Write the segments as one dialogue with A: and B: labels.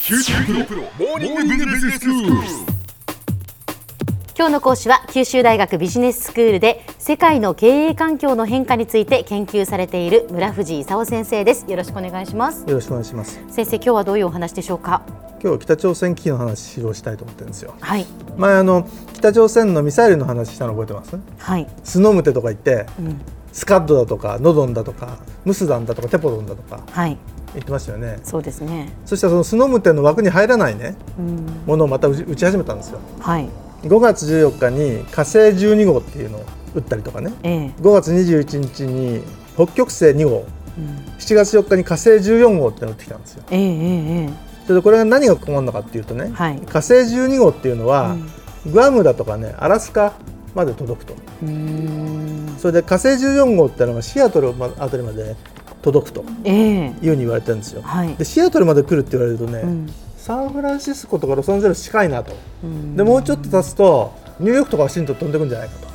A: 지금 프로 모닝 비즈니스 스쿨.
B: 今日の講師は九州大学ビジネススクールで世界の経営環境の変化について研究されている村藤勲先生ですよろしくお願いします
C: よろしくお願いします。
B: 先生今日はどういうお話でしょうか
C: 今日は北朝鮮危機の話をしたいと思ってるんですよ。
B: はい
C: 前あの北朝鮮のミサイルの話したの覚えてます？
B: はい
C: スノムテとか言って、スカッドだとかノドンだとかムスダンだとかテポドンだとか
B: はい
C: 言ってましたよね。
B: そうですね
C: そしたらそのスノムテの枠に入らないね
B: うん
C: ものをまた打ち打ち始めたんですよ。
B: はい
C: 5月14日に火星12号っていうのを撃ったりとかね。
B: ええ
C: 5月21日に北極星2号、
B: うん
C: 7月4日に火星14号ってのを撃ってきたんですよ。
B: えええええ
C: それでこれが何が困るのかっていうとね、
B: はい
C: 火星12号っていうのは、グアムだとかねアラスカまで届くと
B: えうん
C: それで火星14号ってのがシアトルまあたりまで届くという
B: ええ
C: ふうに言われてるんですよ
B: はい
C: でシアトルまで来るって言われるとね、
B: うん
C: サンフランシスコとかロサンゼルス近いなと
B: うん
C: でもうちょっと経つとニューヨークとかワシントン飛んでくんじゃないかと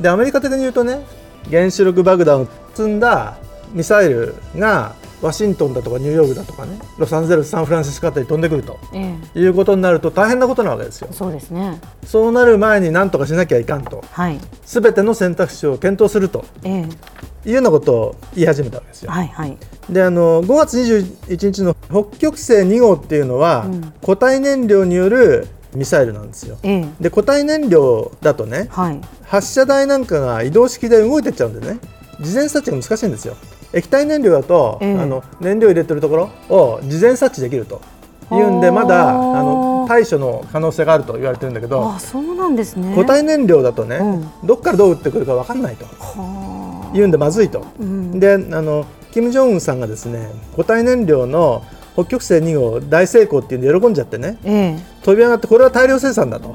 C: でアメリカ的に言うとね原子力爆弾を積んだミサイルがワシントンだとかニューヨークだとかねロサンゼルスサンフランシスコあたり飛んでくると
B: ええ
C: いうことになると大変なことなわけですよ
B: そうですね
C: そうなる前に何とかしなきゃいかんと
B: はい
C: すべての選択肢を検討すると
B: ええ
C: いうようなことを言い始めたわけですよ。
B: はいはい
C: であの5月21日の北極星2号っていうのは、
B: うん
C: 固体燃料によるミサイルなんですよ。
B: ええ
C: で固体燃料だとね
B: はい
C: 発射台なんかが移動式で動いてっちゃうんでね事前察知が難しいんですよ。液体燃料だと、
B: ええ
C: あの燃料入れてるところを事前察知できるというんでまだあ
B: ほー
C: の対処の可能性があると言われてるんだけど。
B: あそうなんですね
C: 固体燃料だとね、
B: うん
C: どっからどう撃ってくるか分かんないと
B: はあ
C: 言うんでまずいと、
B: うん
C: であの金正恩さんがですね固体燃料の北極星2号大成功っていうんで喜んじゃってね
B: ええ
C: 飛び上がってこれは大量生産だと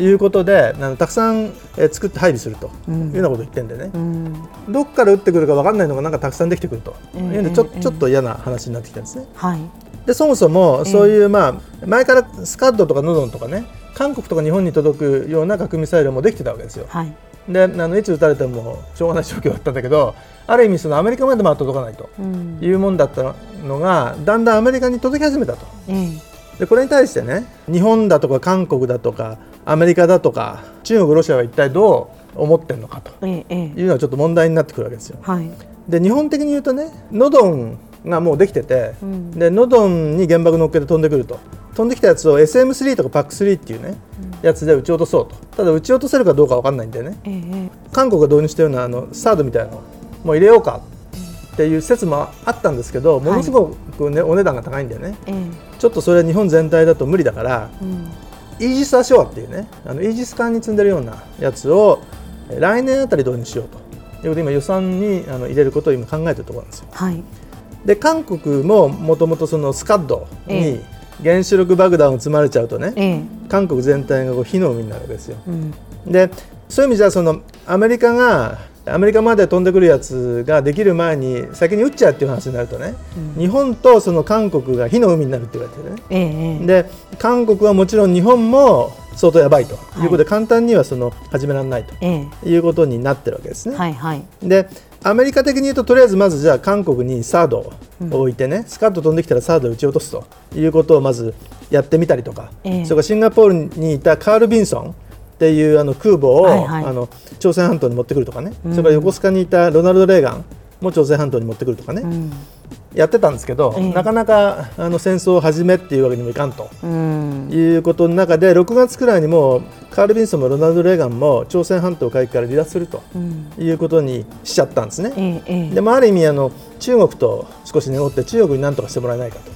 C: いうことであのたくさん、えー作って配備すると
B: う
C: いうんようなことを言ってんでね
B: う、ん
C: どっから撃ってくるか分かんないのがなんかたくさんできてくるというんでちょ,、
B: ええ
C: ちょっと嫌な話になってきたんですね。
B: はい
C: でそもそもそういう、まあ、前からスカッドとかノドンとかね韓国とか日本に届くような核ミサイルもできてたわけですよ。
B: はい
C: であのいつ撃たれてもしょうがない状況だったんだけどある意味そのアメリカまでまだ届かないと
B: うん
C: いうもんだったのがだんだんアメリカに届き始めたと
B: ええ
C: でこれに対してね日本だとか韓国だとかアメリカだとか中国ロシアは一体どう思ってるのかと
B: ええええ
C: いうのはちょっと問題になってくるわけですよ
B: はい
C: で日本的に言うとねノドンがもうできてて、
B: うん
C: でノドンに原爆乗っけて飛んでくると飛んできたやつを SM3 とか PAC3 っていうね、やつで撃ち落とそうとただ撃ち落とせるかどうか分かんないんだよね
B: えええ
C: 韓国が導入したようなあのサードみたいなのもう入れようかっていう説もあったんですけどものすごく、ねお値段が高いんだよね
B: ええ
C: ちょっとそれは日本全体だと無理だから
B: えうん
C: イージス・アショアっていうねあのイージス艦に積んでるようなやつをえー来年あたり導入しようということで今予算にあの入れることを今考えてるところなんですよ
B: はい
C: で韓国ももともとそのスカッド
B: え
C: に原子力爆弾を積まれちゃうとね
B: ええ
C: 韓国全体がこう火の海になるわけですよ
B: うん
C: でそういう意味じゃそのアメリカがアメリカまで飛んでくるやつができる前に先に撃っちゃうっていう話になるとね、
B: うん
C: 日本とその韓国が火の海になるって言われてね
B: ええええ
C: で韓国はもちろん日本も相当やばいということで、簡単にはその始められないと
B: え
C: いうことになってるわけです
B: え
C: ね。
B: はいはい
C: でアメリカ的に言うととりあえずまずじゃあ韓国にサードを置いてね、スカッと飛んできたらサードを撃ち落とすということをまずやってみたりとか、
B: ええ
C: それからシンガポールにいたカール・ビンソンっていうあの空母を、
B: はいはい
C: あの朝鮮半島に持ってくるとかね、
B: うん
C: それから横須賀にいたロナルド・レーガンも朝鮮半島に持ってくるとかね、
B: うん
C: やってたんですけど、
B: ええ
C: なかなかあの戦争を始めっていうわけにもいかんと。
B: うん
C: いうことの中で6月くらいにもうカール・ビンソンもロナルド・レーガンも朝鮮半島海域から離脱すると
B: うん
C: いうことにしちゃったんですね。
B: ええええ
C: でもある意味あの中国と少し濁って中国に何とかしてもらえないかと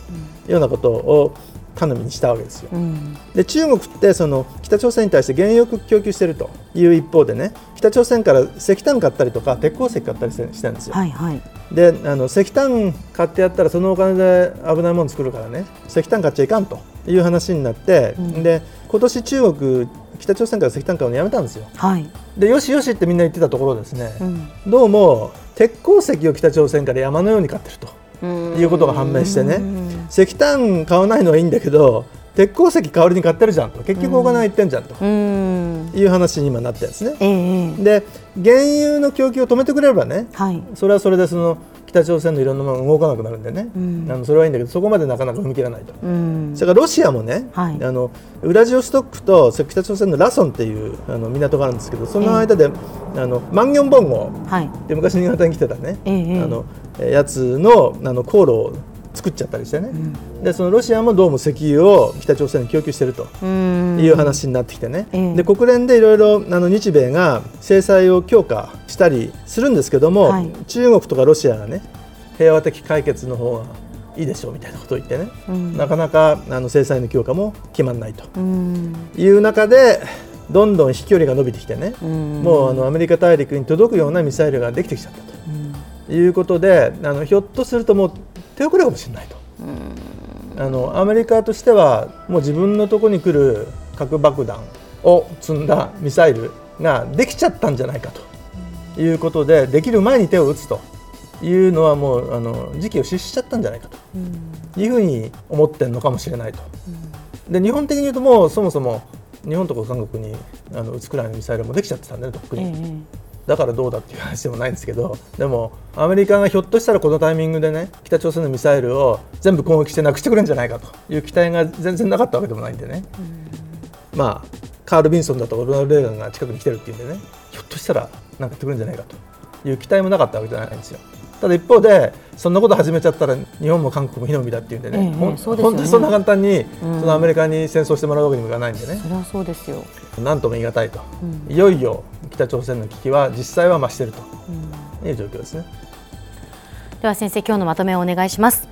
C: いうようなことを頼みにしたわけですよ。
B: うん
C: で中国ってその北朝鮮に対して原油を供給しているという一方でね北朝鮮から石炭買ったりとか鉄鉱石買ったりしてしてるんですよ。
B: はいはい
C: であの石炭買ってやったらそのお金で危ないもの作るからね石炭買っちゃいかんという話になって、
B: うん
C: で今年中国北朝鮮から石炭買うのやめたんですよ。
B: はい
C: でよしよしってみんな言ってたところですね、
B: うん
C: どうも鉄鉱石を北朝鮮から山のように買ってるということが判明してね
B: うん
C: 石炭買わないのはいいんだけど鉄鉱石代わりに買ってるじゃんと結局お金はいってんじゃんと
B: うん
C: いう話に今なってるんですね。
B: ええええ
C: で原油の供給を止めてくれればね
B: はい
C: それはそれでその北朝鮮のいろんなものが動かなくなるんでね、あのそれはいいんだけどそこまでなかなか踏み切らないと。
B: うん
C: それからロシアもね、
B: はい
C: あのウラジオストックとそれ北朝鮮のラソンっていうあの港があるんですけどその間で、あのマンギョンボン号
B: はい
C: で昔新潟に来てたね、
B: ええええ
C: あのえやつのあの航路を作っちゃったりしてね、でそのロシアもどうも石油を北朝鮮に供給してると。
B: うん
C: いう話になってきてね、
B: ええ
C: で国連でいろいろあの日米が制裁を強化したりするんですけども、
B: はい
C: 中国とかロシアがね平和的解決の方がいいでしょうみたいなことを言ってね、
B: うん
C: なかなかあの制裁の強化も決まらないと
B: うん
C: いう中でどんどん飛距離が伸びてきてね、
B: うん
C: もうあのアメリカ大陸に届くようなミサイルができてきちゃったと
B: うん
C: いうことであのひょっとするともう手遅れかもしれないと。あのアメリカとしてはもう自分のとこに来る核爆弾を積んだミサイルができちゃったんじゃないかということでできる前に手を打つというのはもうあの時期を失しちゃったんじゃないかというふうに思ってるのかもしれないと。で日本的に言うともうそもそも日本とか韓国にあの撃つくらいのミサイルもできちゃってたんだよとっく
B: え
C: に、
B: え
C: だからどうだっていう話でもないんですけどでもアメリカがひょっとしたらこのタイミングでね北朝鮮のミサイルを全部攻撃してなくしてくれるんじゃないかという期待が全然なかったわけでもないんでね、まあカール・ビンソンだとかロナルド・レーガンが近くに来てるっていうんでねひょっとしたらなんかやってくれるんじゃないかという期待もなかったわけじゃないんですよ。ただ一方でそんなこと始めちゃったら日本も韓国も火の海だっていうんでね,
B: ええ
C: ほん、
B: そうですよね
C: 本当にそんな簡単にそ
B: うん
C: のアメリカに戦争してもらうわけにもいかないんでね、
B: それはそうですよ、
C: なんとも言い難いと、いよいよ北朝鮮の危機は実際は増しているという状況ですね。
B: では先生今日のまとめをお願いします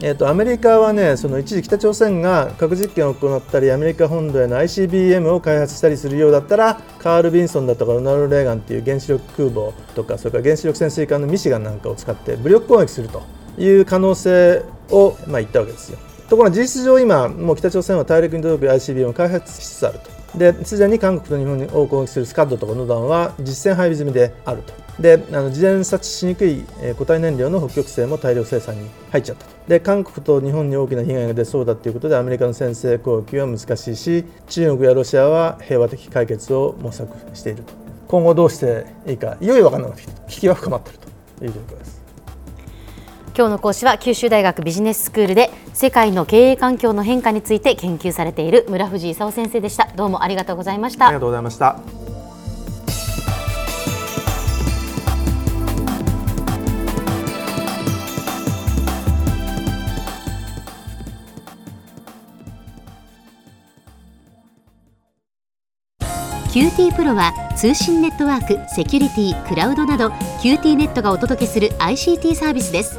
C: えー、とアメリカはねその一時北朝鮮が核実験を行ったりアメリカ本土への ICBM を開発したりするようだったらカール・ビンソンだとかロナルド・レーガンっていう原子力空母とかそれから原子力潜水艦のミシガンなんかを使って武力攻撃するという可能性を、まあ、言ったわけですよ。ところが事実上今もう北朝鮮は大陸に届く ICBM を開発しつつあると。ですでに韓国と日本を攻撃するスカッドとかノダンは実戦配備済みであると。であの事前察知しにくいえー固体燃料の北極星も大量生産に入っちゃったとで韓国と日本に大きな被害が出そうだということでアメリカの先制攻撃は難しいし中国やロシアは平和的解決を模索していると今後どうしていいかいよいよ分からなくなってきた危機は深まっているという状況です。
B: 今日の講師は九州大学ビジネススクールで世界の経営環境の変化について研究されている村藤功先生でしたどうもありがとうございました
C: ありがとうございました。
D: QT プロは通信ネットワーク、セキュリティ、クラウドなど QT ネットがお届けする ICT サービスです